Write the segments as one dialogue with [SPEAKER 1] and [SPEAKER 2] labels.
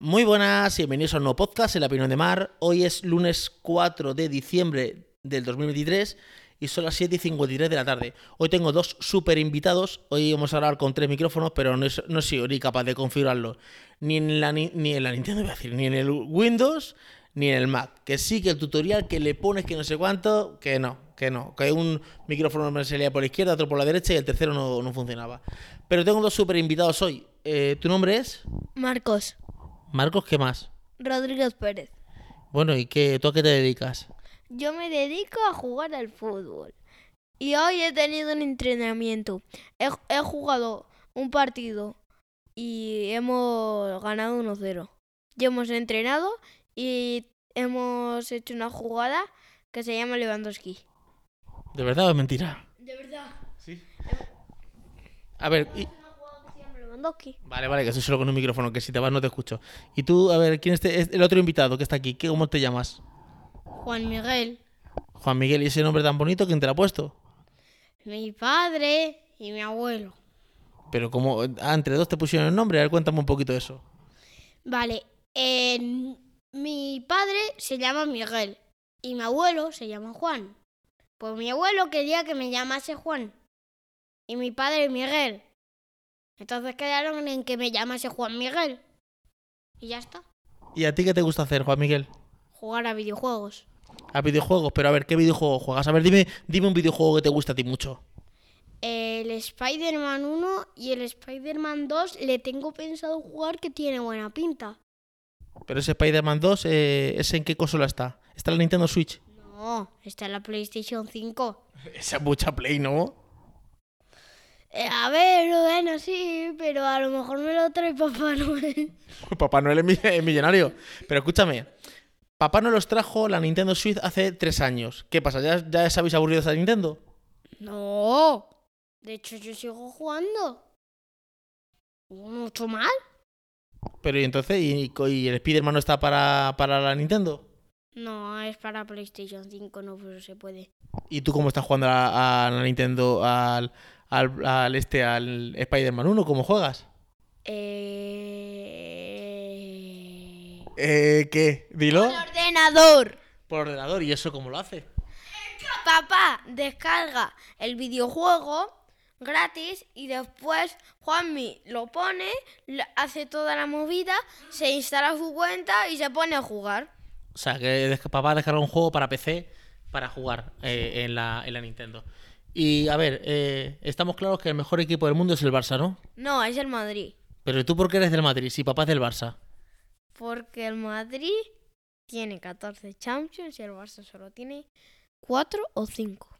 [SPEAKER 1] Muy buenas y bienvenidos a un nuevo podcast, El Opinión de Mar. Hoy es lunes 4 de diciembre del 2023 y son las 7 y 53 de la tarde. Hoy tengo dos super invitados. Hoy vamos a hablar con tres micrófonos, pero no, es- no he sido ni capaz de configurarlo ni en, la, ni, ni en la Nintendo, iba a decir, ni en el Windows, ni en el Mac. Que sí, que el tutorial que le pones que no sé cuánto, que no, que no. Que un micrófono me salía por la izquierda, otro por la derecha y el tercero no, no funcionaba. Pero tengo dos super invitados hoy. Eh, ¿Tu nombre es?
[SPEAKER 2] Marcos
[SPEAKER 1] Marcos, ¿qué más?
[SPEAKER 2] Rodríguez Pérez.
[SPEAKER 1] Bueno, ¿y qué, tú a qué te dedicas?
[SPEAKER 2] Yo me dedico a jugar al fútbol. Y hoy he tenido un entrenamiento. He, he jugado un partido y hemos ganado 1-0. Y hemos entrenado y hemos hecho una jugada que se llama Lewandowski.
[SPEAKER 1] ¿De verdad o es mentira?
[SPEAKER 2] De verdad.
[SPEAKER 1] A ver, y-
[SPEAKER 2] Una jugada que se llama Lewandowski.
[SPEAKER 1] vale, vale, que estoy solo con un micrófono, que si te vas no te escucho. Y tú, a ver, ¿quién es, te- es el otro invitado que está aquí? ¿Qué, ¿Cómo te llamas?
[SPEAKER 2] Juan Miguel,
[SPEAKER 1] Juan Miguel, ¿y ese nombre tan bonito quién te lo ha puesto?
[SPEAKER 2] mi padre y mi abuelo.
[SPEAKER 1] Pero como, ah, entre dos te pusieron el nombre, a ver, cuéntame un poquito eso.
[SPEAKER 2] Vale, en- mi padre se llama Miguel y mi abuelo se llama Juan. Pues mi abuelo quería que me llamase Juan y mi padre Miguel. Entonces quedaron en que me llamase Juan Miguel. Y ya está,
[SPEAKER 1] ¿Y a ti qué te gusta hacer, Juan Miguel?
[SPEAKER 2] jugar a videojuegos.
[SPEAKER 1] A videojuegos, pero a ver, ¿qué videojuego juegas? A ver, dime, dime un videojuego que te gusta a ti mucho.
[SPEAKER 2] El Spider-Man 1 y el Spider-Man 2 le tengo pensado jugar que tiene buena pinta.
[SPEAKER 1] Pero ese Spider-Man 2, eh, ¿ese en qué consola está? ¿Está en la Nintendo Switch?
[SPEAKER 2] No, está en la PlayStation 5.
[SPEAKER 1] Esa es mucha Play, ¿no?
[SPEAKER 2] Eh, a ver, bueno, sí, pero a lo mejor me lo trae Papá Noel.
[SPEAKER 1] Pues Papá Noel es mi- es millonario. Pero escúchame, Papá Noel los trajo la Nintendo Switch hace tres años. ¿Qué pasa? ¿Ya, ya os habéis aburrido de esa Nintendo?
[SPEAKER 2] No. De hecho, yo sigo jugando. Mucho mal.
[SPEAKER 1] Pero ¿y entonces? ¿Y, y el Spider-Man no está para, para la Nintendo?
[SPEAKER 2] No, es para PlayStation 5, no pero se puede.
[SPEAKER 1] ¿Y tú cómo estás jugando a, a la Nintendo, al, al, al este, al Spider-Man 1? ¿Cómo juegas?
[SPEAKER 2] Eh...
[SPEAKER 1] Eh, ¿qué? Dilo.
[SPEAKER 2] ordenador.
[SPEAKER 1] Por ordenador, ¿y eso cómo lo haces?
[SPEAKER 2] Papá descarga el videojuego gratis y después Juanmi lo pone, la- hace toda la movida, se instala su cuenta y se pone a jugar.
[SPEAKER 1] O sea, que desca- papá descarga un juego para PC para jugar eh, en, la, en la Nintendo. Y a ver, eh, estamos claros que el mejor equipo del mundo es el Barça, ¿no?
[SPEAKER 2] No, es el Madrid.
[SPEAKER 1] Pero tú por qué eres del Madrid, si papá es del Barça.
[SPEAKER 2] Porque el Madrid tiene 14 Champions y el Barça solo tiene 4 o 5.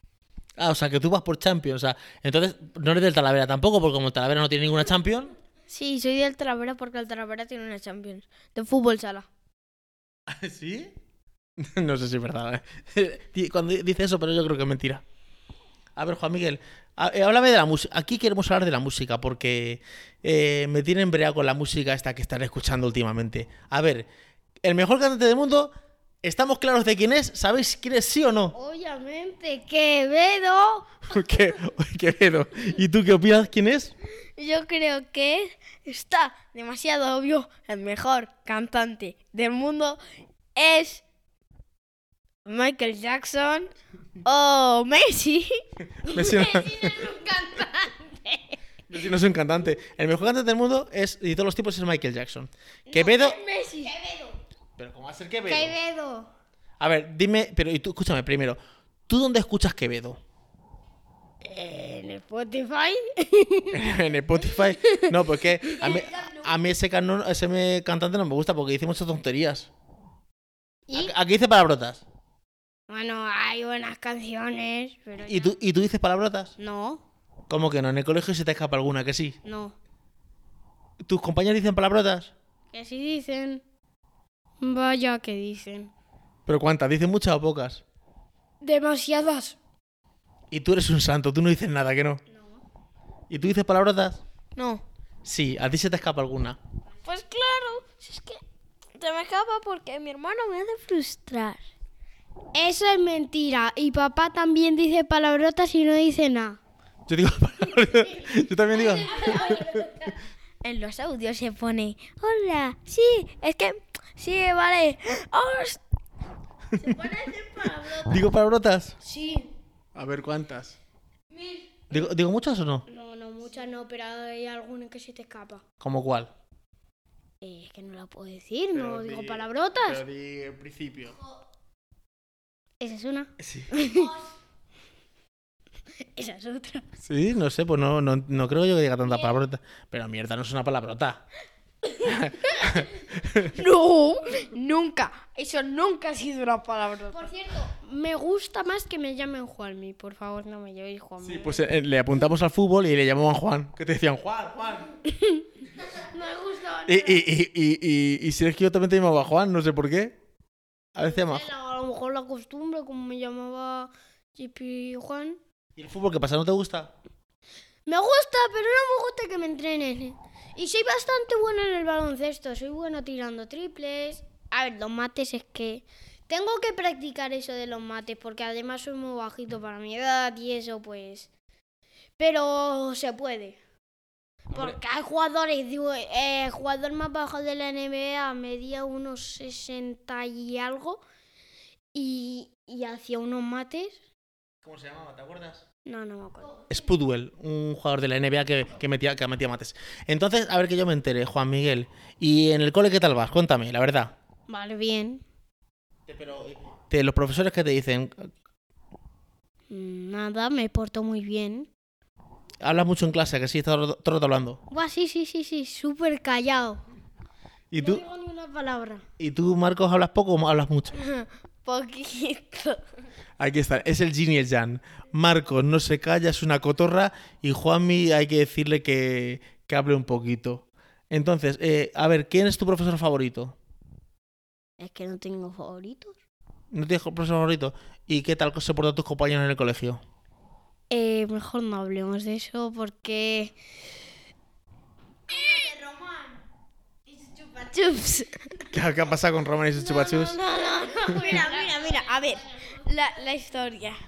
[SPEAKER 1] Ah, o sea, que tú vas por Champions. O sea, entonces no eres del Talavera tampoco, porque como el Talavera no tiene ninguna Champions.
[SPEAKER 2] Sí, soy del Talavera porque el Talavera tiene una Champions de fútbol sala.
[SPEAKER 1] ¿Sí? No sé si es verdad. ¿eh? Di- Cuando di- dice eso, pero yo creo que es mentira. A ver, Juan Miguel, a- eh, háblame de la música. Aquí queremos hablar de la música porque eh, me tiene embreado con la música esta que están escuchando últimamente. A ver, el mejor cantante del mundo, ¿estamos claros de quién es? ¿Sabéis quién es sí o no?
[SPEAKER 2] Obviamente, Quevedo.
[SPEAKER 1] ¿Qué? Quevedo. ¿Y tú qué opinas? ¿Quién es?
[SPEAKER 2] Yo creo que está demasiado obvio. El mejor cantante del mundo es Michael Jackson o Messi.
[SPEAKER 1] Messi no-
[SPEAKER 2] es un cantante.
[SPEAKER 1] Messi no es un cantante. El mejor cantante del mundo es, y de todos los tipos es Michael Jackson. Quevedo.
[SPEAKER 2] Messi. Quevedo.
[SPEAKER 1] Pero ¿cómo va a ser Quevedo?
[SPEAKER 2] Quevedo.
[SPEAKER 1] A ver, dime, pero y tú, escúchame primero, ¿tú dónde escuchas Quevedo?
[SPEAKER 2] En Spotify.
[SPEAKER 1] en el Spotify. No, porque a mí, a mí ese, cano- ese me- cantante no me gusta porque dice muchas tonterías.
[SPEAKER 2] Y
[SPEAKER 1] Aquí dice palabrotas.
[SPEAKER 2] bueno, hay buenas canciones, pero
[SPEAKER 1] ¿Y tú, ¿Y tú dices palabrotas?
[SPEAKER 2] no,
[SPEAKER 1] ¿Cómo que no? En el colegio se te escapa alguna, que sí.
[SPEAKER 2] no.
[SPEAKER 1] ¿Tus compañeros dicen palabrotas?
[SPEAKER 2] Que sí dicen. Vaya que dicen.
[SPEAKER 1] ¿Pero cuántas? ¿Dicen muchas o pocas?
[SPEAKER 2] Demasiadas.
[SPEAKER 1] Y tú eres un santo, tú no dices nada, que no. ¿Y tú dices palabrotas?
[SPEAKER 2] No.
[SPEAKER 1] Sí, a ti se te escapa alguna.
[SPEAKER 2] Pues claro, si es que se me escapa porque mi hermano me hace frustrar. Eso es mentira. Y papá también dice palabrotas y no dice nada.
[SPEAKER 1] Yo digo palabrotas. Yo también digo.
[SPEAKER 2] en los audios se pone, hola, sí, es que, sí, vale, host-". Se pone a decir palabrotas.
[SPEAKER 1] ¿Digo palabrotas?
[SPEAKER 3] Sí.
[SPEAKER 1] A ver cuántas. ¿Digo, digo muchas o no?
[SPEAKER 3] No, no, muchas no, pero hay alguna que se te escapa.
[SPEAKER 1] ¿Como cuál?
[SPEAKER 3] Eh, es que no la puedo decir, no
[SPEAKER 1] Pero
[SPEAKER 3] digo
[SPEAKER 1] di-
[SPEAKER 3] palabrotas.
[SPEAKER 1] di el principio.
[SPEAKER 3] Esa es una,
[SPEAKER 1] Sí.
[SPEAKER 3] esa es otra.
[SPEAKER 1] Sí, no sé, pues no, no, no creo yo que diga tanta palabrota. Pero mierda, no es una palabrota.
[SPEAKER 3] No, nunca. Eso nunca ha sido una palabra. Por cierto, me gusta más que me llamen Juanmi. Por favor, no me llaméis Juanmi.
[SPEAKER 1] Sí, pues eh, le apuntamos al fútbol y le llamaban Juan. Que te decían Juan, Juan.
[SPEAKER 3] No me gusta.
[SPEAKER 1] Y, y, y, y, y, y Sergio también te llamaba Juan, no sé por qué. A veces llamaba Ju-
[SPEAKER 3] A lo mejor la costumbre, como me llamaba JP Juan.
[SPEAKER 1] ¿Y el fútbol qué pasa? ¿No te gusta?
[SPEAKER 3] Me gusta, pero no me gusta que me entrenen. Y soy bastante buena en el baloncesto. Soy bueno tirando triples. A ver, los mates es que... Tengo que practicar eso de los mates, porque además soy muy bajito para mi edad y eso, pues... Pero se puede. Porque hay jugadores, digo, eh, el jugador más bajo de la NBA medía unos 60 y algo y, y hacía unos mates.
[SPEAKER 1] ¿Cómo se llamaba? ¿Te acuerdas?
[SPEAKER 3] No, no me acuerdo.
[SPEAKER 1] Spudwell, un jugador de la NBA que, que metía, que metía mates. Entonces, a ver que yo me entere, Juan Miguel. ¿Y en el cole qué tal vas? Cuéntame, la verdad.
[SPEAKER 3] Vale, bien.
[SPEAKER 1] Te- los profesores que te dicen,
[SPEAKER 3] Mm, Nada, me porto muy bien.
[SPEAKER 1] hablas mucho en clase, que sí, estás todo todo el rato hablando.
[SPEAKER 3] Buah, sí, sí, sí, sí, súper callado.
[SPEAKER 1] ¿Y
[SPEAKER 3] No
[SPEAKER 1] tú,
[SPEAKER 3] digo ni una palabra.
[SPEAKER 1] ¿Y tú, Marcos, hablas poco o hablas mucho?
[SPEAKER 2] Poquito.
[SPEAKER 1] Aquí está, es el Genie Jan. Marcos no se calla, es una cotorra. Y Juanmi hay que decirle que, que hable un poquito. Entonces, eh, a ver, ¿quién es tu profesor favorito?
[SPEAKER 3] Es que no tengo favoritos.
[SPEAKER 1] ¿No tienes profesor favorito? ¿Y qué tal se portan tus compañeros en el colegio?
[SPEAKER 3] Eh, mejor no hablemos de eso porque...
[SPEAKER 2] Eh, Chups.
[SPEAKER 1] ¿Qué, qué ha pasado con Roman y sus chupachus?
[SPEAKER 2] No, no, no. Mira, mira, mira. A ver, la, la historia.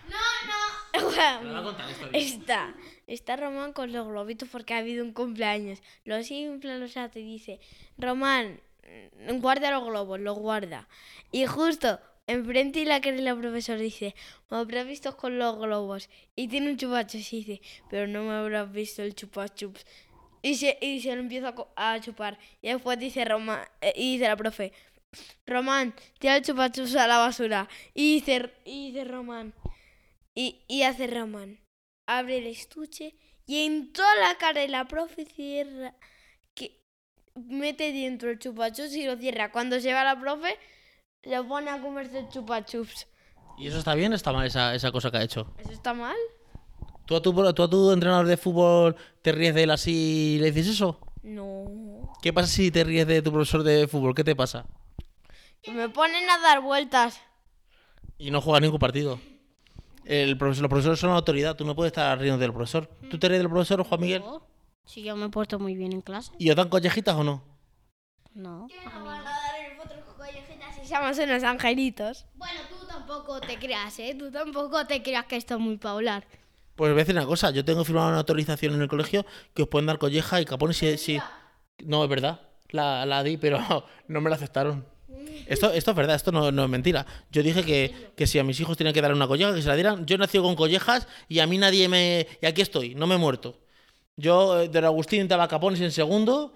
[SPEAKER 2] No, no. está, está Román con los globitos porque ha habido un cumpleaños. Los infla, los hace y dice, Román, mm, guarda los globos, los guarda. Y justo enfrente de la que la profesora dice, me habrás visto con los globos. Y tiene un chupachups y dice, pero no me habrás visto el chupachups. Y se, y se lo empieza a co- a chupar. Y después dice Román, eh, y dice la profe, Román, tira el chupachups a la basura. Y dice, y dice Román. Y, y hace Román. Abre el estuche y en toda la cara de la profe cierra. Que mete dentro el chupachups y lo cierra. Cuando se va la profe, lo pone a comerse el chupachups.
[SPEAKER 1] ¿Y eso está bien o está mal esa, esa cosa que ha hecho?
[SPEAKER 2] ¿Eso está mal?
[SPEAKER 1] ¿Tú a, tu, tú a tu entrenador de fútbol te ríes de él así y le dices eso?
[SPEAKER 2] No.
[SPEAKER 1] ¿Qué pasa si te ríes de tu profesor de fútbol? ¿Qué te pasa?
[SPEAKER 2] Me ponen a dar vueltas.
[SPEAKER 1] Y no juega ningún partido. El profesor, los profesores son una autoridad, tú no puedes estar riendo del profesor. ¿Tú te ríes del profesor, Juan Miguel?
[SPEAKER 3] Si yo me porto muy bien en clase,
[SPEAKER 1] ¿Y os dan collejitas o no?
[SPEAKER 3] no.
[SPEAKER 2] Somos unos angelitos.
[SPEAKER 3] Bueno, tú tampoco te creas, ¿eh? Tú tampoco te creas que esto es muy paular.
[SPEAKER 1] Pues voy a decir una cosa, yo tengo firmada una autorización en el colegio que os pueden dar colleja y capones si... si- No, es verdad, la, la di, pero no me la aceptaron. Esto, esto es verdad, esto no, no es mentira. Yo dije que, que si a mis hijos tenían que dar una colleja, que se la dieran. Yo nací con collejas y a mí nadie me... Y aquí estoy, no me he muerto. Yo, eh, del Agustín, daba capones en segundo.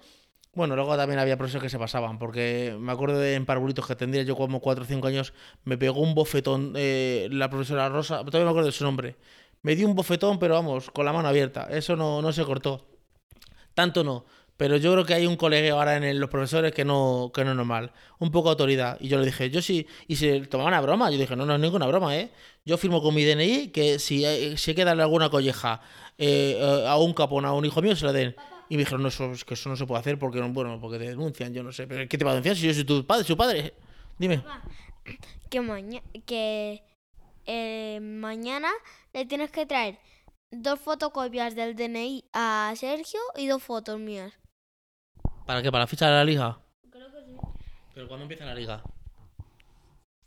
[SPEAKER 1] Bueno, luego también había profesores que se pasaban, porque me acuerdo de en parvulitos que tendría yo como 4 o 5 años, me pegó un bofetón eh, la profesora Rosa, todavía me acuerdo de su nombre. Me dio un bofetón, pero vamos, con la mano abierta. Eso no, no se cortó. Tanto no. Pero yo creo que hay un colegio ahora en el- los profesores que no, que no es normal. Un poco de autoridad. Y yo le dije, yo sí. Y se tomaban a broma. Yo dije, no, no es ninguna broma, ¿eh? Yo firmo con mi DNI que si hay, si hay que darle alguna colleja eh, eh, a un capón, a un hijo mío, se la den. Y me dijeron, no, eso, es que eso no se puede hacer porque, no- bueno, porque te denuncian, yo no sé. ¿Pero qué te va a denunciar si yo soy tu padre, su padre? Dime.
[SPEAKER 2] que, maña- que eh, mañana le tienes que traer dos fotocopias del DNI a Sergio y dos fotos mías.
[SPEAKER 1] ¿Para qué? ¿Para la ficha de la liga? ¿Pero cuándo empieza la liga?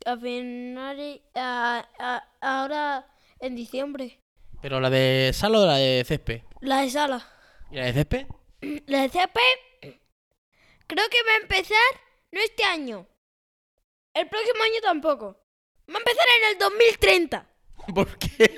[SPEAKER 2] A finales, a- a- ahora en diciembre.
[SPEAKER 1] ¿Pero la de sal o la de césped?
[SPEAKER 2] La de Sala.
[SPEAKER 1] ¿Y la de césped?
[SPEAKER 2] La de CP Creo que va a empezar no este año. El próximo año tampoco. Va a empezar en el 2030.
[SPEAKER 1] ¿Por qué?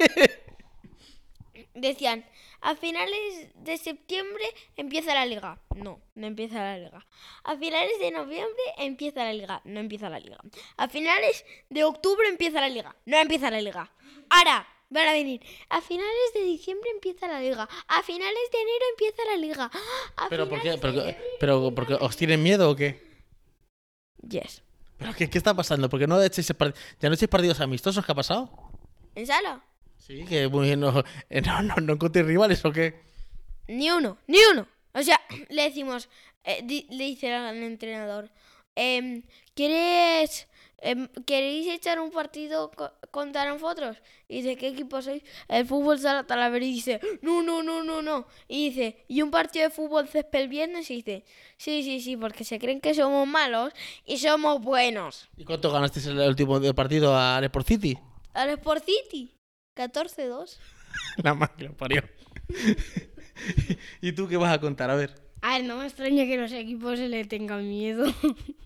[SPEAKER 2] Decían, a finales de septiembre empieza la liga. No, no empieza la liga. A finales de noviembre empieza la liga. No empieza la liga. A finales de octubre empieza la liga. No empieza la liga. Ahora van a venir. A finales de diciembre empieza la liga. A finales de enero empieza la liga. A
[SPEAKER 1] ¿Pero por qué?
[SPEAKER 2] finales
[SPEAKER 1] ¿Pero,
[SPEAKER 2] de-
[SPEAKER 1] qué- pero porque os tienen miedo o qué?
[SPEAKER 2] Yes.
[SPEAKER 1] ¿Pero qué, qué está pasando? ¿Por qué no echéis par- ya no echéis partidos amistosos? ¿Qué ha pasado?
[SPEAKER 2] ¿En sala?
[SPEAKER 1] Sí, que muy bien, no, eh, no, no, no encontréis rivales o qué.
[SPEAKER 2] Ni uno, ni uno. O sea, le decimos, eh, di- le dice al entrenador, em, ¿quieres, em, ¿queréis echar un partido co- contra nosotros? Y dice, ¿qué equipo sois? El fútbol sala Talavera y dice, no, no, no, no, no. Y dice, ¿y un partido de fútbol césped el viernes? Y dice, sí, sí, sí, porque se creen que somos malos y somos buenos.
[SPEAKER 1] ¿Y cuánto ganasteis el último de partido al Sport City?
[SPEAKER 2] Al Sport City, 14-2.
[SPEAKER 1] La madre que lo parió. ¿Y tú qué vas a contar? A ver.
[SPEAKER 3] A ver, no me extraña que los equipos se le tengan miedo.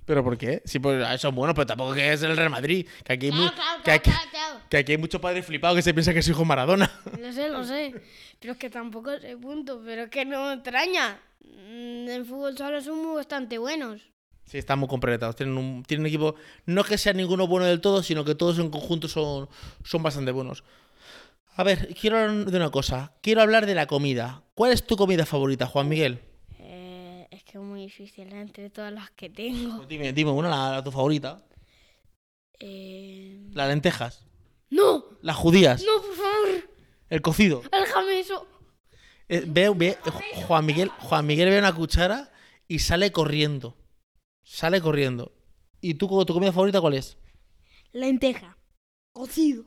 [SPEAKER 1] ¿Pero por qué? Sí, pues ah, son buenos, pero tampoco que es el Real Madrid. Que aquí hay, mu-
[SPEAKER 3] Claro, claro,
[SPEAKER 1] que hay-
[SPEAKER 3] claro, claro, claro.
[SPEAKER 1] que aquí hay muchos padres flipados que se piensan que su hijo es Maradona.
[SPEAKER 3] Lo sé, lo sé. Pero es que tampoco sé punto, pero es que no me extraña. Mm, En fútbol sala son bastante buenos.
[SPEAKER 1] Sí, están muy completados. Tienen un, tienen un equipo. No que sea ninguno bueno del todo, sino que todos en conjunto son, son bastante buenos. A ver, quiero hablar de una cosa. Quiero hablar de la comida. ¿Cuál es tu comida favorita, Juan Miguel?
[SPEAKER 3] Eh, es que es muy difícil ¿eh? entre todas las que tengo.
[SPEAKER 1] Dime, dime una, la, la tu favorita.
[SPEAKER 3] Eh...
[SPEAKER 1] Las lentejas.
[SPEAKER 3] ¡No!
[SPEAKER 1] Las judías.
[SPEAKER 3] ¡No, por favor!
[SPEAKER 1] El cocido.
[SPEAKER 3] ¡Aléjame eso!
[SPEAKER 1] Eh, ve, ve- Juan Miguel, Juan Miguel ve una cuchara y sale corriendo. Sale corriendo. ¿Y tú, tu comida favorita cuál es?
[SPEAKER 3] Lenteja. Cocido.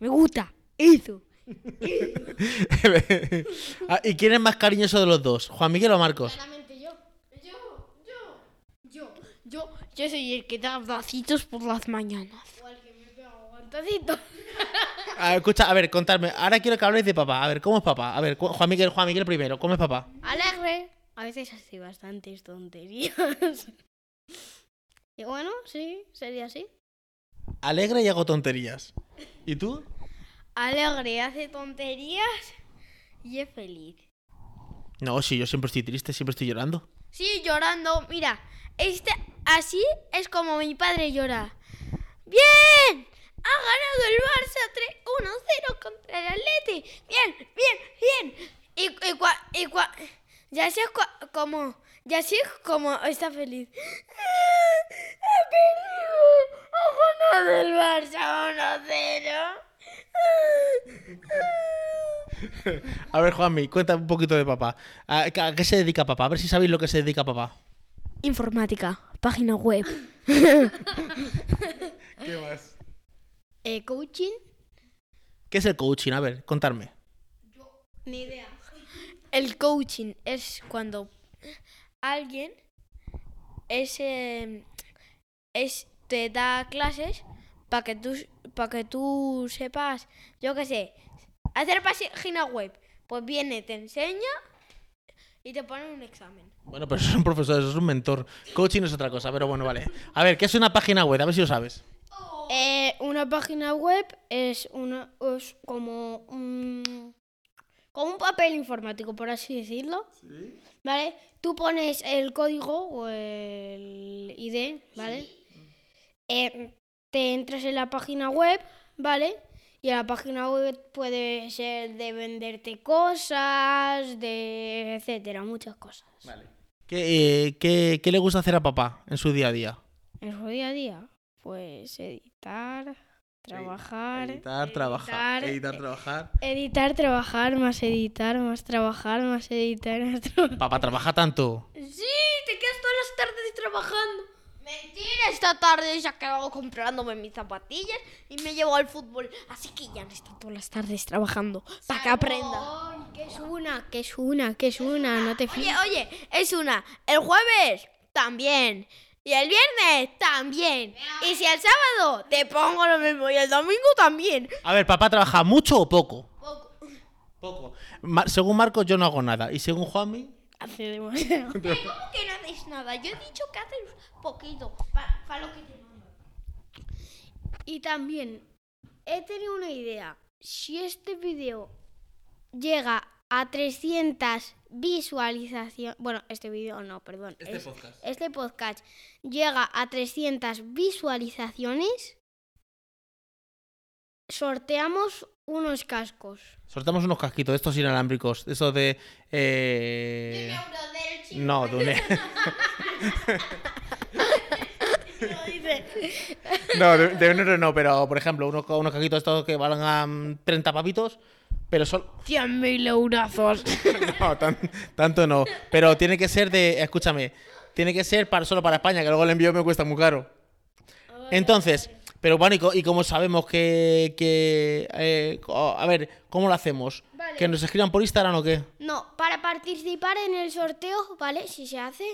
[SPEAKER 3] Me gusta. Eso.
[SPEAKER 1] Ah, ¿Y quién es más cariñoso de los dos? ¿Juan Miguel o Marcos?
[SPEAKER 3] Claramente yo. Yo, yo, yo, yo. Yo soy el que da abracitos por las mañanas. O el que me pega guantacito.
[SPEAKER 1] Ah, escucha, a ver, contadme. Ahora quiero que habléis de papá. A ver, ¿cómo es papá? A ver, cu- Juan Miguel, Juan Miguel primero, ¿cómo es papá?
[SPEAKER 3] Alegre. A veces hace bastantes tonterías. Y bueno, sí, sería así.
[SPEAKER 1] Alegre y hago tonterías. ¿Y tú?
[SPEAKER 3] Alegre, hace tonterías y es feliz.
[SPEAKER 1] No, sí, yo siempre estoy triste, siempre estoy llorando.
[SPEAKER 2] Sí, llorando. Mira, este, así es como mi padre llora. ¡Bien! Ha ganado el Barça 3 1-0 contra el Atleti. ¡Bien, bien, bien! Y, y, cua- y cua- y así es cua- como... Y así es como está feliz. ¡Ah! ¡Ha ganado el Barça 1-0!
[SPEAKER 1] A ver, Juanmi, cuenta un poquito de papá. ¿A, a qué se dedica papá? A ver si sabéis lo que se dedica papá.
[SPEAKER 2] Informática, página web.
[SPEAKER 1] ¿Qué más?
[SPEAKER 3] Eh, coaching,
[SPEAKER 1] ¿Qué es el coaching? A ver, contarme.
[SPEAKER 3] ni idea.
[SPEAKER 2] El coaching es cuando alguien es, eh, es- te da clases para que tú para que tú sepas, yo qué sé, hacer página web. Pues viene, te enseña y te pone un examen.
[SPEAKER 1] Bueno, pero eso es un profesor, eso es un mentor. Coaching es otra cosa, pero bueno, vale. A ver, ¿qué es una página web? A ver si lo sabes.
[SPEAKER 3] Eh, una página web es una es como un como un papel informático, por así decirlo. ¿Vale? Tú pones el código o el ID, ¿vale? Eh, te entras en la página web, ¿vale? Y en la página web puede ser de venderte cosas, de etcétera, muchas cosas.
[SPEAKER 1] ¿Qué, eh, qué- qué le gusta hacer a papá en su día a día?
[SPEAKER 3] En su día a día, pues editar, trabajar,
[SPEAKER 1] Editar, trabajar. Editar, trabajar.
[SPEAKER 3] Editar, trabajar, más editar, más trabajar, más editar, más trabajar.
[SPEAKER 1] Papá trabaja tanto.
[SPEAKER 2] Sí, te quedas todas las tardes trabajando. Mentira, esta tarde se ha quedado comprándome mis zapatillas y me llevo al fútbol. Así que ya no está todas las tardes trabajando para que aprenda.
[SPEAKER 3] Que es una, que es una, que es una, no te
[SPEAKER 2] Oye,
[SPEAKER 3] fíes.
[SPEAKER 2] oye, es una. El jueves también. Y el viernes también. Y si el sábado te pongo lo mismo y el domingo también.
[SPEAKER 1] A ver, ¿papá trabaja mucho o poco? Poco. Poco. Ma- según Marcos, yo no hago nada. Y según Juanmi,
[SPEAKER 3] hace demasiado.
[SPEAKER 2] Pero-
[SPEAKER 3] ¿Cómo que no haces nada? Yo he dicho que haces poquito para lo que te mando. Y también he tenido una idea. Si este video llega a 300 visualizaciones, bueno, este video no, perdón,
[SPEAKER 1] Este
[SPEAKER 3] es-
[SPEAKER 1] podcast.
[SPEAKER 3] este podcast llega a 300 visualizaciones, sorteamos unos cascos.
[SPEAKER 1] Soltamos unos casquitos de estos inalámbricos, de esos de. eh, No, de un e- no, de, de un euro no, pero por ejemplo, unos, ca- unos casquitos estos que valgan 30 papitos, pero son.
[SPEAKER 2] 100.000 eurazos.
[SPEAKER 1] No, tan- tanto no. Pero tiene que ser de. Escúchame, tiene que ser para, solo para España, que luego el envío me cuesta muy caro. Entonces, pero bueno, y, co- y como sabemos que. que, eh, co- a ver, ¿cómo lo hacemos?
[SPEAKER 3] Vale.
[SPEAKER 1] ¿Que nos escriban por Instagram o qué?
[SPEAKER 3] No, para participar en el sorteo, ¿vale? Si se hace,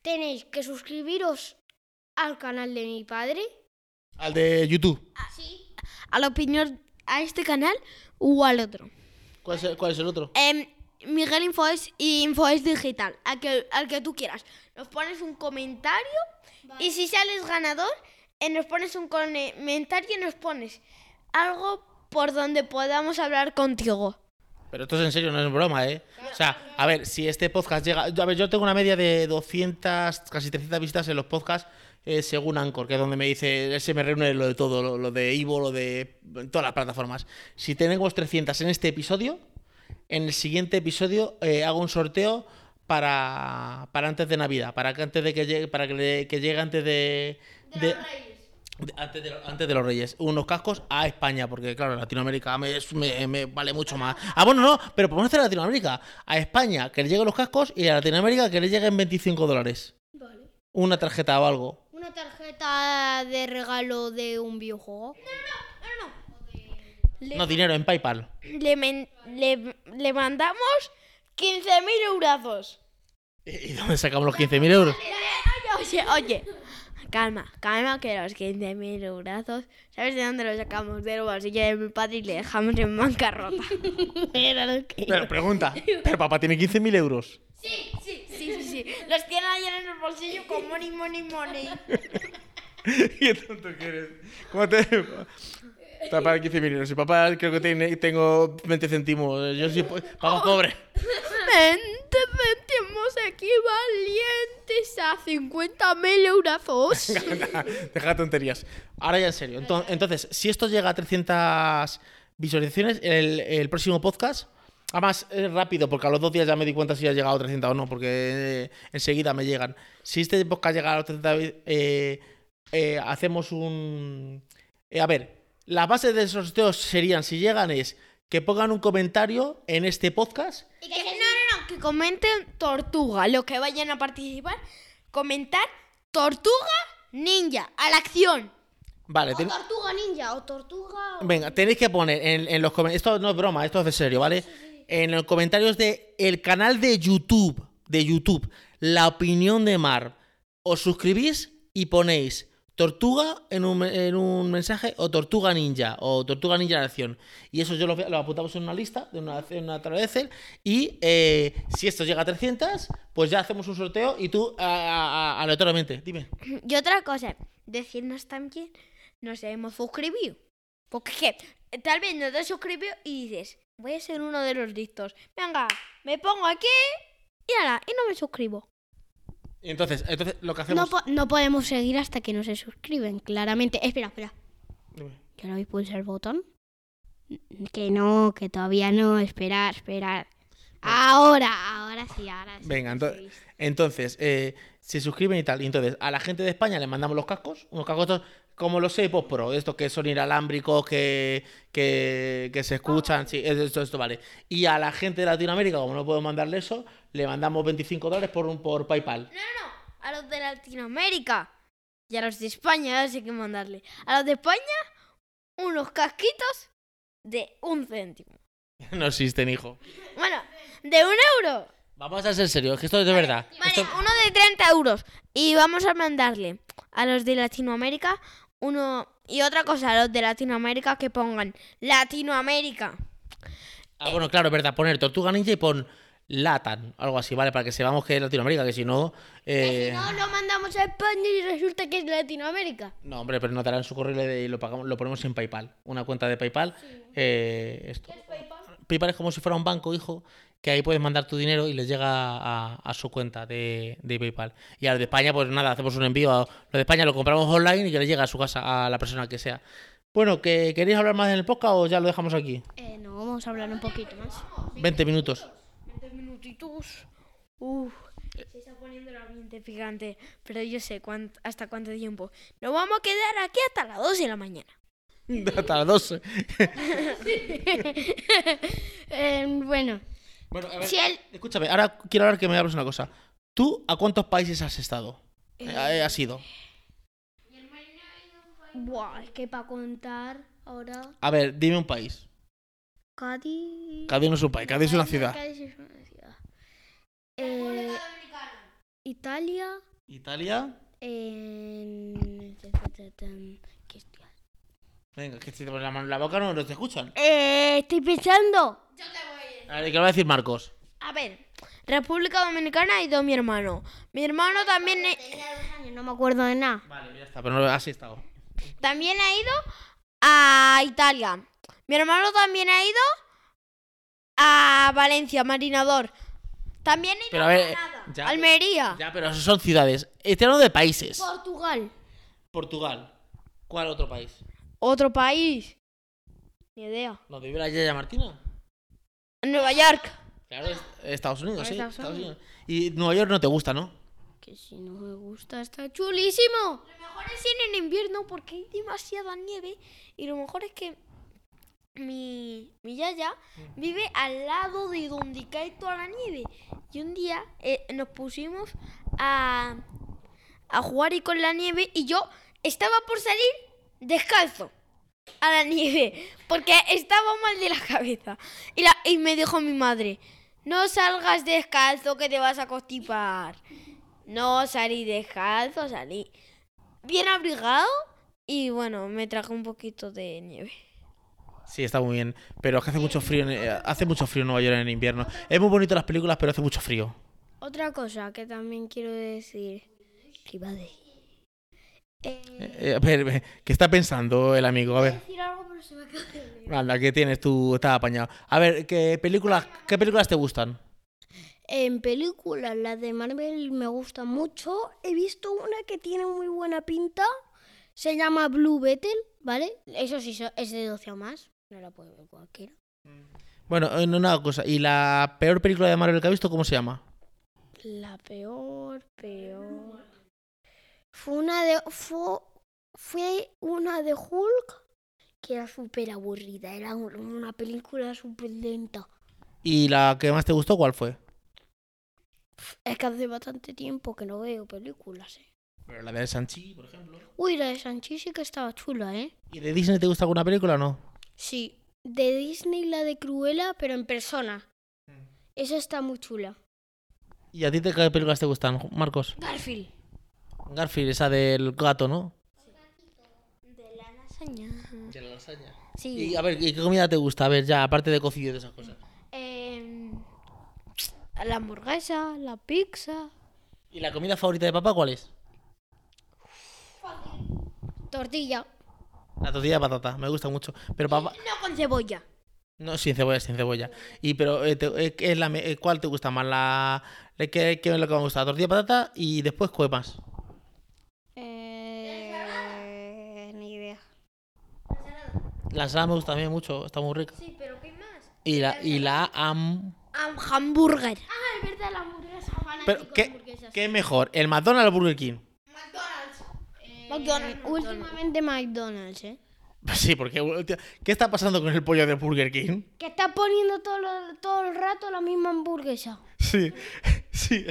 [SPEAKER 3] tenéis que suscribiros al canal de mi padre,
[SPEAKER 1] Al de YouTube.
[SPEAKER 3] a la opinión a este canal o al otro.
[SPEAKER 1] ¿Cuál es el, cuál es el otro?
[SPEAKER 2] Em, Miguel Infoes y Infoes Digital, al que, al que tú quieras. Nos pones un comentario y si sales ganador, eh, nos pones un comentario y nos pones algo por donde podamos hablar contigo.
[SPEAKER 1] Pero esto es en serio, no es broma, ¿eh? O sea, a ver, si este podcast llega... A ver, yo tengo una media de 200, casi 300 visitas en los podcasts eh, según Anchor, que es donde me dice, él se me reúne lo de todo, lo, lo de Ivo, lo de en todas las plataformas. Si tenemos 300 en este episodio, en el siguiente episodio eh, hago un sorteo para, para antes de Navidad, para que antes de que llegue, para que, le- que llegue antes de... de- de- antes, de, lo- antes de los Reyes, unos cascos a España, porque claro, Latinoamérica me, es- me- me vale mucho más. Ah, bueno, no, pero podemos hacer a Latinoamérica. A España que le lleguen los cascos y a Latinoamérica que le lleguen 25 dólares.
[SPEAKER 3] Vale.
[SPEAKER 1] Una tarjeta o algo.
[SPEAKER 3] Una tarjeta de regalo de un videojuego.
[SPEAKER 1] No, dinero en PayPal.
[SPEAKER 2] Le, men- le, le mandamos 15.000 eurazos.
[SPEAKER 1] ¿Y dónde sacamos los 15.000 euros?
[SPEAKER 2] Oye, oye, calma, calma, que los 15.000 eurazos, ¿sabes de dónde los sacamos? Del bolsillo de mi padre y le dejamos en bancarrota. Era lo que...
[SPEAKER 1] Pero pregunta, pero papá tiene 15.000 euros.
[SPEAKER 2] Sí, sí, sí, los tiene ayer en el bolsillo con money, money, money.
[SPEAKER 1] ¿Qué tonto que eres? ¿Cómo te.? Papá, 15.000 euros. Y papá, creo que tiene- tengo 20 centimos. Yo sí, po- papá, pobre.
[SPEAKER 2] Vente, metemos aquí valientes a 50.000 eurazos.
[SPEAKER 1] Deja tonterías. Ahora ya en serio. Enton- Entonces, si esto llega a 300 visualizaciones, el, el próximo podcast. Además, es rápido, porque a los dos días ya me di cuenta si ha llegado a 300 o no, porque eh, enseguida me llegan. Si este podcast llega a los 300, vi- eh, eh, hacemos un. eh, a ver, las bases del sorteo serían: si llegan, es que pongan un comentario en este podcast.
[SPEAKER 2] Y que, no, no, no, que comenten tortuga, los que vayan a participar, comentar tortuga ninja, a la acción.
[SPEAKER 1] Vale, ten-
[SPEAKER 3] Tortuga ninja o tortuga.
[SPEAKER 1] Venga, tenéis que poner en, en los comentarios. Esto no es broma, esto es de serio, ¿vale? En los comentarios de el canal de YouTube, de YouTube, la opinión de Mar. Os suscribís y ponéis tortuga en un, en un mensaje o tortuga ninja o tortuga ninja en acción. Y eso yo lo, lo apuntamos en una lista, de una, en una tabla de Excel. Y eh, si esto llega a 300, pues ya hacemos un sorteo y tú a- a- a- aleatoriamente. Dime.
[SPEAKER 2] Y otra cosa, decirnos también, nos hemos suscribido. Porque ¿qué? tal vez no te has suscribido y dices, voy a ser uno de los listos. Venga, me pongo aquí y ala, y no me suscribo.
[SPEAKER 1] Y Entonces, entonces lo que
[SPEAKER 3] No,
[SPEAKER 1] hacemos.
[SPEAKER 3] po- no podemos seguir hasta que no se suscriben, claramente. Espera, espera.
[SPEAKER 1] Dime.
[SPEAKER 3] ¿Ya no habéis pulsado el botón? Que no, que todavía no. Esperar, esperar. Ahora, ahora sí, ahora sí.
[SPEAKER 1] Venga, entonces,
[SPEAKER 3] Sí.
[SPEAKER 1] Entonces, eh, se suscriben y tal. Y entonces, a la gente de España le mandamos los cascos, unos cascos estos, como los AirPods Pro, estos que son inalámbricos, que, que, que se escuchan, sí, esto, esto, esto vale. Y a la gente de Latinoamérica, como no puedo mandarle eso, le mandamos 25 dólares por, un, por PayPal.
[SPEAKER 2] A los de Latinoamérica y a los de España, ahora sí que mandarle. A los de España, unos casquitos de un céntimo.
[SPEAKER 1] No existen, hijo.
[SPEAKER 2] Bueno, de un euro.
[SPEAKER 1] Vamos a ser serios, que esto es de verdad.
[SPEAKER 2] Vale,
[SPEAKER 1] Esto-
[SPEAKER 2] uno de 30 euros. Y vamos a mandarle a los de Latinoamérica uno. Y otra cosa, a los de Latinoamérica que pongan Latinoamérica.
[SPEAKER 1] Ah, bueno, claro, es verdad, poner Tortuga Ninja y pon Latan, algo así, ¿vale? Para que sepamos que es Latinoamérica, que si no. eh,
[SPEAKER 3] Si no, lo mandamos a España y resulta que es Latinoamérica.
[SPEAKER 1] No, hombre, pero nos darán su correo de- y lo, pagamos, lo ponemos en PayPal. Una cuenta de PayPal. eh, esto. PayPal es como si fuera un banco, hijo, que ahí puedes mandar tu dinero y les llega a, a su cuenta de, de PayPal. Y a los de España, pues nada, hacemos un envío a los de España, lo compramos online y que les llega a su casa, a la persona que sea. Bueno, ¿que, ¿queréis hablar más en el podcast o ya lo dejamos aquí?
[SPEAKER 3] Eh, no, vamos a hablar un poquito más.
[SPEAKER 1] 20 minutos.
[SPEAKER 2] minutitos. Uf, se está poniendo el ambiente picante, pero yo sé cuán- hasta cuánto tiempo. Nos vamos a quedar aquí hasta las 12 de la mañana.
[SPEAKER 1] Hasta las 12.
[SPEAKER 3] Eh,
[SPEAKER 2] Em,
[SPEAKER 3] bueno,
[SPEAKER 1] Bueno, a ver,
[SPEAKER 3] si el...
[SPEAKER 1] escúchame, ahora quiero hablar que me hables una cosa. ¿Tú a cuántos países has estado? Eh, ¿Has ido?
[SPEAKER 3] Buah, es que para contar ahora...
[SPEAKER 1] A ver, dime un país.
[SPEAKER 3] Cádiz...
[SPEAKER 1] Cádiz no es un país, Cádiz es una ciudad.
[SPEAKER 3] Cádiz es una ciudad. Eh, Italia...
[SPEAKER 1] Italia.
[SPEAKER 3] En... ta, ta, ta, tan, ¿qué estoy haciendo?
[SPEAKER 1] Venga, que si te pones la mano en la boca no, no te escuchan.
[SPEAKER 3] Eh, estoy pensando.
[SPEAKER 1] A ver, ¿qué va a decir Marcos?
[SPEAKER 2] A ver, República Dominicana y dos mi hermano. Mi hermano también, he-
[SPEAKER 3] No me acuerdo de nada.
[SPEAKER 1] Vale, ya está, pero no, así he estado.
[SPEAKER 2] también ha ido a Italia. Mi hermano también ha ido a Valencia, Marinador. También ha ido
[SPEAKER 1] Pero
[SPEAKER 2] a
[SPEAKER 1] a ver, eh,
[SPEAKER 2] Granada,
[SPEAKER 1] ya-
[SPEAKER 2] Almería.
[SPEAKER 1] Ya, pero eso son ciudades. Este hablando de países.
[SPEAKER 3] Portugal.
[SPEAKER 1] Portugal. ¿Cuál otro país?
[SPEAKER 2] Otro país. Ni idea.
[SPEAKER 1] ¿No te la Yaya Martina?
[SPEAKER 2] Nueva York.
[SPEAKER 1] Claro, es- Estados Unidos, sí.
[SPEAKER 3] Estados
[SPEAKER 1] Estados Unidos. Y Nueva York no te gusta, ¿no?
[SPEAKER 3] Que si no me gusta, está chulísimo.
[SPEAKER 2] Lo mejor es ir en invierno porque hay demasiada nieve y lo mejor es que mi, mi yaya vive al lado de donde cae toda la nieve. Y un día eh, nos pusimos a, a jugar y con la nieve y yo estaba por salir descalzo a la nieve porque estaba mal de la cabeza. Y, la, y me dijo mi madre, no salgas descalzo que te vas a constipar. No salí descalzo, salí bien abrigado y bueno, me trajo un poquito de nieve.
[SPEAKER 1] Sí, está muy bien. Pero es que hace mucho frío en, eh, hace mucho frío en Nueva York en invierno. Es muy bonito las películas, pero hace mucho frío.
[SPEAKER 3] Otra cosa que también quiero decir. ¿Qué iba a decir? Eh,
[SPEAKER 1] Eh, eh, a ver, eh, ¿qué está pensando el amigo? A ver.
[SPEAKER 3] decir algo, pero se me acaba de olvidar.
[SPEAKER 1] Anda, que tienes tú, estás apañado. A ver, ¿qué películas, qué películas te gustan?
[SPEAKER 3] En películas, las de Marvel me gustan mucho. He visto una que tiene muy buena pinta. Se llama Blue Beetle, ¿vale? Eso sí, so- es de 12 o más. No la puede ver cualquiera.
[SPEAKER 1] Bueno, eh, no, una cosa. ¿Y la peor película de Marvel que ha visto, cómo se llama?
[SPEAKER 3] La peor, peor. Fue una de. Fue, fue una de Hulk que era súper aburrida. Era un- una película súper lenta.
[SPEAKER 1] ¿Y la que más te gustó, cuál fue?
[SPEAKER 3] Es que hace bastante tiempo que no veo películas, ¿eh?
[SPEAKER 1] Pero la de Sanchi, por ejemplo.
[SPEAKER 3] Uy, la de Sanchi sí que estaba chula, ¿eh?
[SPEAKER 1] ¿Y de Disney te gusta alguna película o no?
[SPEAKER 3] Sí, de Disney la de Cruella, pero en persona.
[SPEAKER 1] Mm.
[SPEAKER 3] Esa está muy chula.
[SPEAKER 1] ¿Y a ti te, qué películas te gustan, Marcos?
[SPEAKER 3] Garfield.
[SPEAKER 1] Garfield, esa del gato, ¿no?
[SPEAKER 3] De la lasaña.
[SPEAKER 1] De la lasaña.
[SPEAKER 3] Mm. Sí.
[SPEAKER 1] Y a ver, ¿y qué comida te gusta? A ver, ya, aparte de cocido y de esas cosas.
[SPEAKER 3] em, la hamburguesa, la pizza.
[SPEAKER 1] ¿Y la comida favorita de papá cuál es?
[SPEAKER 3] Tortilla.
[SPEAKER 1] La tortilla de patata, me gusta mucho. Pero papá...
[SPEAKER 3] No con cebolla.
[SPEAKER 1] No, sin cebolla, sin cebolla. Y pero eh, te- eh, ¿qué es la me- eh, ¿cuál te gusta más? La eh, ¿qué, qué es lo que me gusta? La tortilla de patata y después ¿qué más?
[SPEAKER 3] Eh, ni idea.
[SPEAKER 1] La ensalada me gusta también mucho, está muy rica.
[SPEAKER 3] Sí, pero ¿qué más?
[SPEAKER 1] Y la y la am
[SPEAKER 2] Am- hamburger.
[SPEAKER 3] Ah, es verdad, la hamburguesa.
[SPEAKER 1] Pero ¿qué, qué es mejor? ¿El McDonald's o el Burger King?
[SPEAKER 2] McDonald's.
[SPEAKER 3] eh, últimamente McDonald's, ¿eh?
[SPEAKER 1] Sí, porque hostia, ¿qué está pasando con el pollo de Burger King?
[SPEAKER 3] Que está poniendo todo, lo- todo el rato la misma hamburguesa.
[SPEAKER 1] Sí. Sí.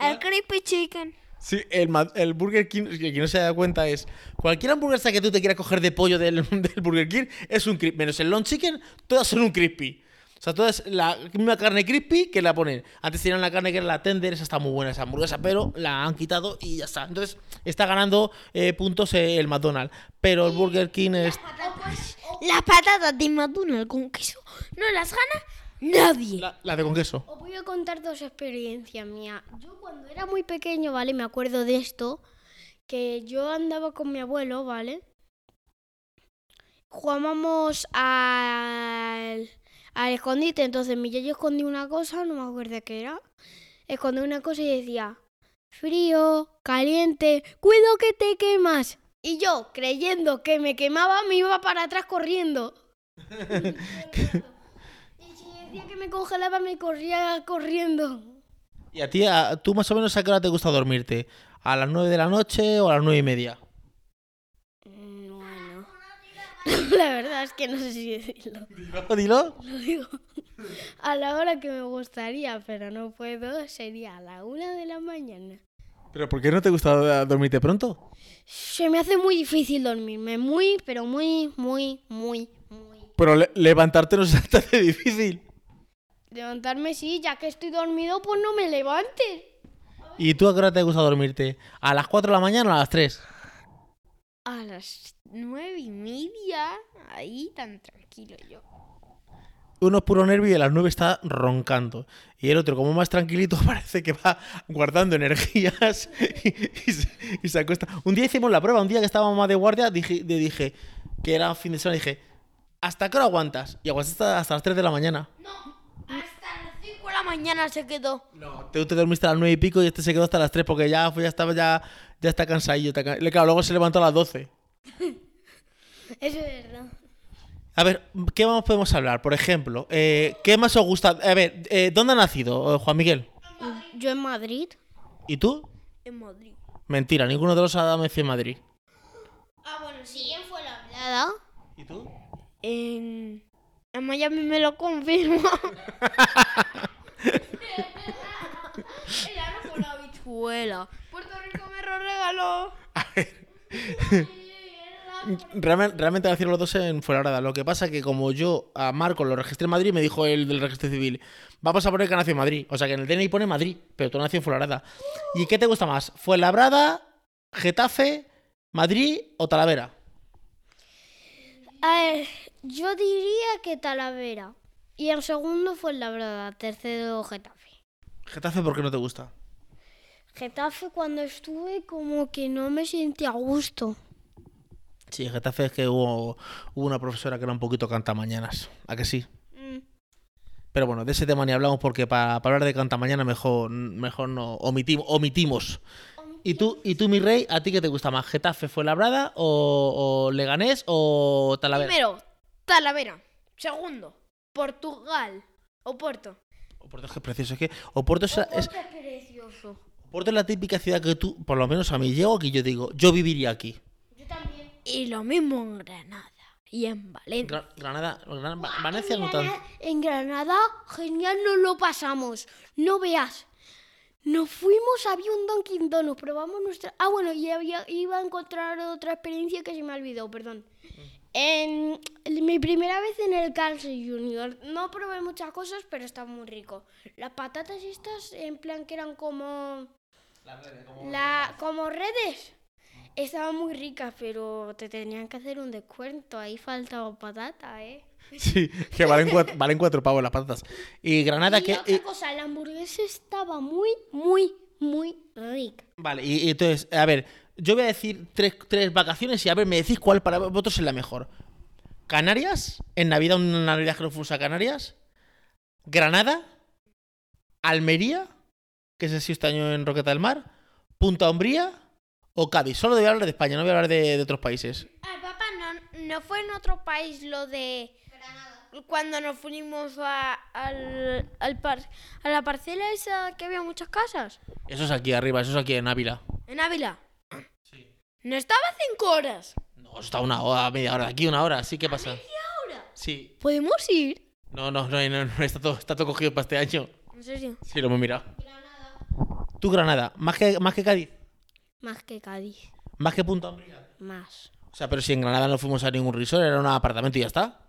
[SPEAKER 2] El creepy chicken.
[SPEAKER 1] Sí, el, Ma- el Burger King, el que no se da cuenta es, cualquier hamburguesa que tú te quieras coger de pollo del, del Burger King es un crispy, menos el long chicken, todas son un crispy. O sea, todas la misma carne crispy que la ponen. Antes tenían la carne que era la tender, esa está muy buena esa hamburguesa, pero la han quitado y ya está. Entonces, está ganando eh, puntos eh, el McDonald's, pero el Burger King es...
[SPEAKER 2] Las patatas de McDonald's con queso no las gana Nadie.
[SPEAKER 1] La, la de con queso.
[SPEAKER 3] Os voy a contar dos experiencias mías. Yo cuando era muy pequeño, ¿vale? Me acuerdo de esto, que yo andaba con mi abuelo, ¿vale? Jugábamos al, al escondite, entonces mi yo escondía una cosa, no me acuerdo qué era. Escondía una cosa y decía, frío, caliente, cuido que te quemas. Y yo, creyendo que me quemaba, me iba para atrás corriendo. Y si decía que me congelaba, me corría corriendo.
[SPEAKER 1] Y a ti, a- tú más o menos a qué hora te gusta dormirte? ¿A las 9 de la noche o a las 9 y media?
[SPEAKER 3] Bueno. La verdad es que no sé si decirlo.
[SPEAKER 1] Dilo.
[SPEAKER 3] Lo digo a la hora que me gustaría, pero no puedo. Sería a la una de la mañana.
[SPEAKER 1] ¿Pero por qué no te gusta dormirte pronto?
[SPEAKER 3] Se me hace muy difícil dormirme. Muy, pero muy, muy, muy, muy.
[SPEAKER 1] Pero le- levantarte no es tan difícil.
[SPEAKER 3] Levantarme sí, ya que estoy dormido, pues no me levante.
[SPEAKER 1] ¿Y tú a qué hora te gusta dormirte? ¿A las 4 de la mañana o a las 3?
[SPEAKER 2] A las nueve y media, ahí tan tranquilo yo.
[SPEAKER 1] Uno es puro nervio y a las 9 está roncando. Y el otro, como más tranquilito, parece que va guardando energías y, y se, y se acuesta. Un día hicimos la prueba, un día que estaba mamá de guardia, dije, le dije que era fin de semana, dije, ¿hasta qué hora aguantas? Y aguantaste hasta, hasta las 3 de la mañana.
[SPEAKER 2] Hasta las cinco de la mañana se quedó.
[SPEAKER 1] No, tú te dormiste a las 9 y pico y este se quedó hasta las 3 porque ya, fue- ya estaba ya, ya está cansadillo. está ca- Claro, luego se levantó a las 12.
[SPEAKER 3] Eso es verdad.
[SPEAKER 1] A ver, ¿qué más podemos hablar? Por ejemplo, eh, ¿qué más os gusta? A ver, eh, ¿dónde ha nacido eh, Juan Miguel?
[SPEAKER 3] Yo en Madrid.
[SPEAKER 1] ¿Y tú?
[SPEAKER 2] En Madrid.
[SPEAKER 1] Mentira, ninguno de los ha nacido en Madrid.
[SPEAKER 3] Ah, bueno, sí, en Fuenlabrada.
[SPEAKER 1] ¿Y tú?
[SPEAKER 2] En, en Miami me lo confirmo. Ella no fue la habichuela. Puerto Rico me lo regaló.
[SPEAKER 1] Realmente, realmente nacieron los dos en Fuenlabrada. Lo que pasa que como yo a Marco lo registré en Madrid, me dijo el del registro civil, vamos a poner que nació en Madrid. O sea que en el DNI pone Madrid, pero tú nació en Fuenlabrada. ¿Y qué te gusta más? ¿Fuenlabrada, Getafe, Madrid o Talavera?
[SPEAKER 3] A ver, yo diría que Talavera. Y el segundo fue Labrada, tercero Getafe.
[SPEAKER 1] Getafe, ¿por qué no te gusta?
[SPEAKER 3] Getafe cuando estuve como que no me sentía a gusto.
[SPEAKER 1] Sí, Getafe es que hubo, hubo una profesora que era un poquito cantamañanas. ¿A que sí? Pero bueno, de ese tema ni hablamos porque para, para hablar de cantamañana mejor, mejor no omitim- omitimos. ¿Y tú, ¿Y tú, mi rey, a ti qué te gusta más? ¿Getafe fue labrada o, o Leganés o Talavera?
[SPEAKER 2] Primero, Talavera. Segundo, Portugal o Puerto.
[SPEAKER 1] Oporto es que es precioso, es que Oporto es, la- es-
[SPEAKER 3] Es precioso.
[SPEAKER 1] Oporto es la típica ciudad que tú, por lo menos a mí, llego aquí y yo digo, yo viviría aquí.
[SPEAKER 3] Yo también.
[SPEAKER 2] Y lo mismo en Granada y en Valencia.
[SPEAKER 1] Gra- Granada, Gran- Va- Valencia no tanto.
[SPEAKER 3] En Granada, genial, nos lo pasamos. No veas. Nos fuimos, había un Dunkin' Donuts, probamos nuestra... Ah, bueno, y había- iba a encontrar otra experiencia que se me ha olvidado, perdón. En, mi primera vez en el Carl's Junior, no probé muchas cosas, pero estaba muy rico. Las patatas estas, en plan que eran como... La, como redes. Estaban muy ricas, pero te tenían que hacer un descuento. Ahí faltaba patata, ¿eh?
[SPEAKER 1] Sí, que valen cuatro, valen cuatro pavos las patatas. Y Granada,
[SPEAKER 3] y
[SPEAKER 1] que... eh,
[SPEAKER 3] otra
[SPEAKER 1] y-
[SPEAKER 3] cosa, la hamburguesa estaba muy, muy, muy rica.
[SPEAKER 1] Vale, y, y entonces, a ver, yo voy a decir tres, tres vacaciones y a ver, me decís cuál para vosotros es la mejor. Canarias, en Navidad una Navidad que no fuese a Canarias. Granada, Almería, que sé si este año en Roqueta del Mar, Punta Umbría o Cádiz. Solo voy a hablar de España, no voy a hablar de, de otros países.
[SPEAKER 2] Ah, papá, no, no fue en otro país lo de. Cuando nos fuimos a, al, al par- a la parcela esa que había muchas casas.
[SPEAKER 1] Eso es aquí arriba, eso es aquí en Ávila.
[SPEAKER 2] En Ávila. Sí. No estaba cinco horas.
[SPEAKER 1] No, eso está una hora, media hora de aquí, una hora, sí, ¿qué pasa? ¿Media hora? Sí.
[SPEAKER 2] ¿Podemos ir?
[SPEAKER 1] No, no, no, no, no, está todo, está todo cogido para este año.
[SPEAKER 2] En serio.
[SPEAKER 1] Sí, lo hemos mirado. Tú Granada, más que, más que Cádiz,
[SPEAKER 3] Más que Cádiz.
[SPEAKER 1] más que Punta Umbría.
[SPEAKER 3] Más.
[SPEAKER 1] O sea, pero si en Granada no fuimos a ningún resort, era un apartamento y ya está.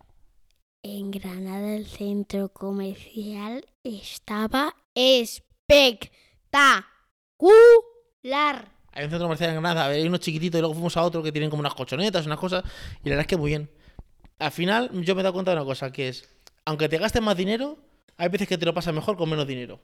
[SPEAKER 3] En Granada el centro comercial estaba espectacular.
[SPEAKER 2] Ah,
[SPEAKER 1] Hay un centro comercial en Granada, a ver, hay unos chiquititos y luego fuimos a otro que tienen como unas colchonetas, unas cosas, y la verdad es que muy bien. Al final yo me he dado cuenta de una cosa, que es, aunque te gastes más dinero, Hay veces que te lo pasas mejor con menos dinero.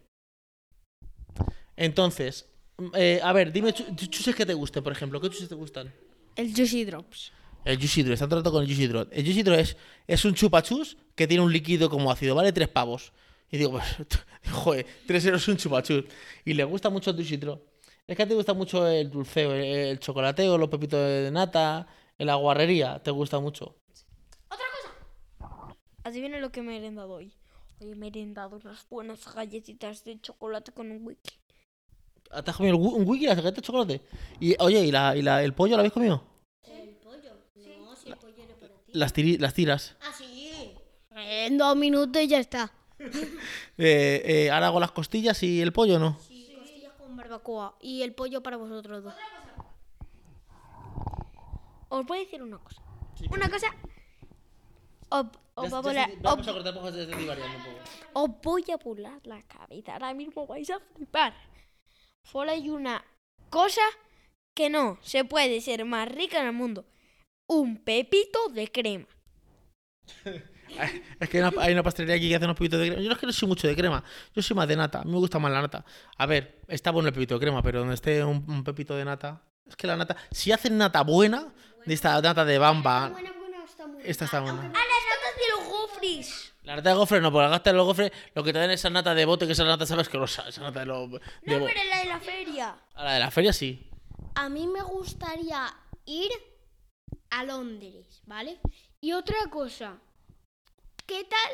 [SPEAKER 1] Entonces, eh, a ver, dime chu- chu- chuches que te gusten, por ejemplo. ¿Qué chuches te gustan?
[SPEAKER 2] El Juicy Drops.
[SPEAKER 1] El Juicy Drop, está todo el rato con el Juicy Drop. El Juicy Drop es, es un chupachus que tiene un líquido como ácido, vale tres pavos. Y digo, pues, joder, tres euros un chupachus. Y le gusta mucho el Juicy Drop. Es que a ti te gusta mucho el dulceo, el, el chocolateo, los pepitos de nata, la guarrería, te gusta mucho.
[SPEAKER 2] Así viene lo que me he merendado hoy. Hoy he merendado unas buenas galletitas de chocolate con un wiki.
[SPEAKER 1] ¿Te has comido el wi- un wiki, la galleta de chocolate? Y, oye, ¿y, la, y la- el pollo lo habéis comido? Las, tiri- las tiras.
[SPEAKER 3] Así. En dos minutos y ya está.
[SPEAKER 1] Eh, eh, ahora hago las costillas y el pollo, ¿no?
[SPEAKER 3] Y costillas con barbacoa. Y el pollo para vosotros dos.
[SPEAKER 2] Os voy a decir una cosa. Una cosa. Os, os va a volar-
[SPEAKER 1] Vamos
[SPEAKER 2] os-
[SPEAKER 1] a cortar porque se está divariando un poco.
[SPEAKER 2] os voy a volar la cabeza. Ahora mismo vais a flipar. Solo hay una cosa que no se puede ser más rica en el mundo. Un pepito de crema.
[SPEAKER 1] Es que hay una, hay una pastelería aquí que hace unos pibitos de crema. Yo no es que no soy mucho de crema. Yo soy más de nata. A mí me gusta más la nata. A ver, está bueno el pepito de crema, pero donde esté un, un pepito de nata. Es que la nata. Si hacen nata buena, de esta nata de bamba.
[SPEAKER 3] Buena, buena, está muy
[SPEAKER 1] Esta está buena.
[SPEAKER 2] A Ah, las notas de los gofres.
[SPEAKER 1] La nata de gofre no, porque la nata de los gofres lo que te dan es esa nata de bote, que esa nata sabe asquerosa. Esa nata de los. de bo-
[SPEAKER 2] la de la feria.
[SPEAKER 1] A la de la feria sí.
[SPEAKER 3] A mí me gustaría ir a Londres, ¿vale? Y otra cosa. ¿Qué tal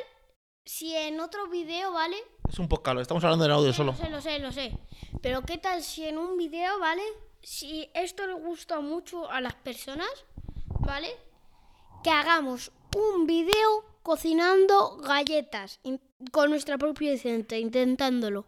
[SPEAKER 3] si en otro video, ¿vale? Eh,
[SPEAKER 1] Es un poco calo. Estamos hablando del audio solo.
[SPEAKER 3] Lo sé, lo sé, lo sé. Pero ¿qué tal si en un video, ¿vale? Si esto le gusta mucho a las personas, ¿vale? Que hagamos un video cocinando galletas in- con nuestra propia receta, intentándolo.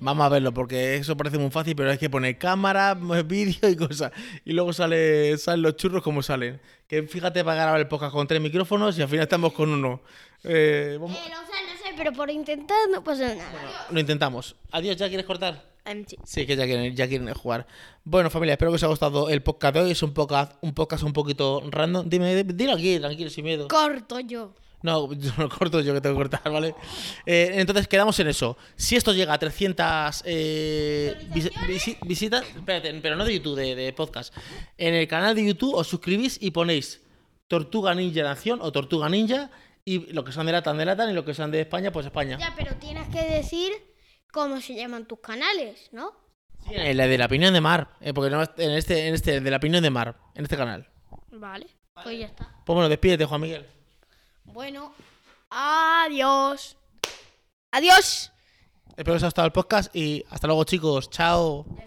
[SPEAKER 1] Vamos a verlo, porque eso parece muy fácil, pero hay que poner cámara, vídeo y cosas. Y luego sale, salen los churros como salen. Que fíjate para grabar el podcast con tres micrófonos y al final estamos con uno. Eh, vamos-
[SPEAKER 3] no sé, no sé, pero por intentar no pasa nada.
[SPEAKER 1] lo intentamos. Adiós, ¿ya quieres cortar?
[SPEAKER 2] Empty.
[SPEAKER 1] Sí, que ya quieren, ya quieren jugar. Bueno, familia, espero que os haya gustado el podcast de hoy. Es un podcast un, podcast un poquito random. Dime, dilo aquí, tranquilo, sin miedo.
[SPEAKER 3] Corto yo.
[SPEAKER 1] No, yo no corto, yo que tengo que cortar, ¿vale? Eh, entonces quedamos en eso. Si esto llega a 300 eh, visi- visi- visitas, espérate, pero no de YouTube, de, de podcast. En el canal de YouTube os suscribís y ponéis Tortuga Ninja Nación o Tortuga Ninja y lo que son de Latan, de Latan y lo que son de España, pues España.
[SPEAKER 3] Ya, pero tienes que decir cómo se llaman tus canales, ¿no?
[SPEAKER 1] Sí, en la de la opinión de mar, eh, porque no, en este, en este, de la opinión de mar, en este canal.
[SPEAKER 3] Vale, pues ya está.
[SPEAKER 1] Pues bueno, despídete, Juan Miguel.
[SPEAKER 3] Bueno,
[SPEAKER 2] Adiós. Adiós.
[SPEAKER 1] Espero que os haya gustado el podcast y hasta luego, chicos. Chao.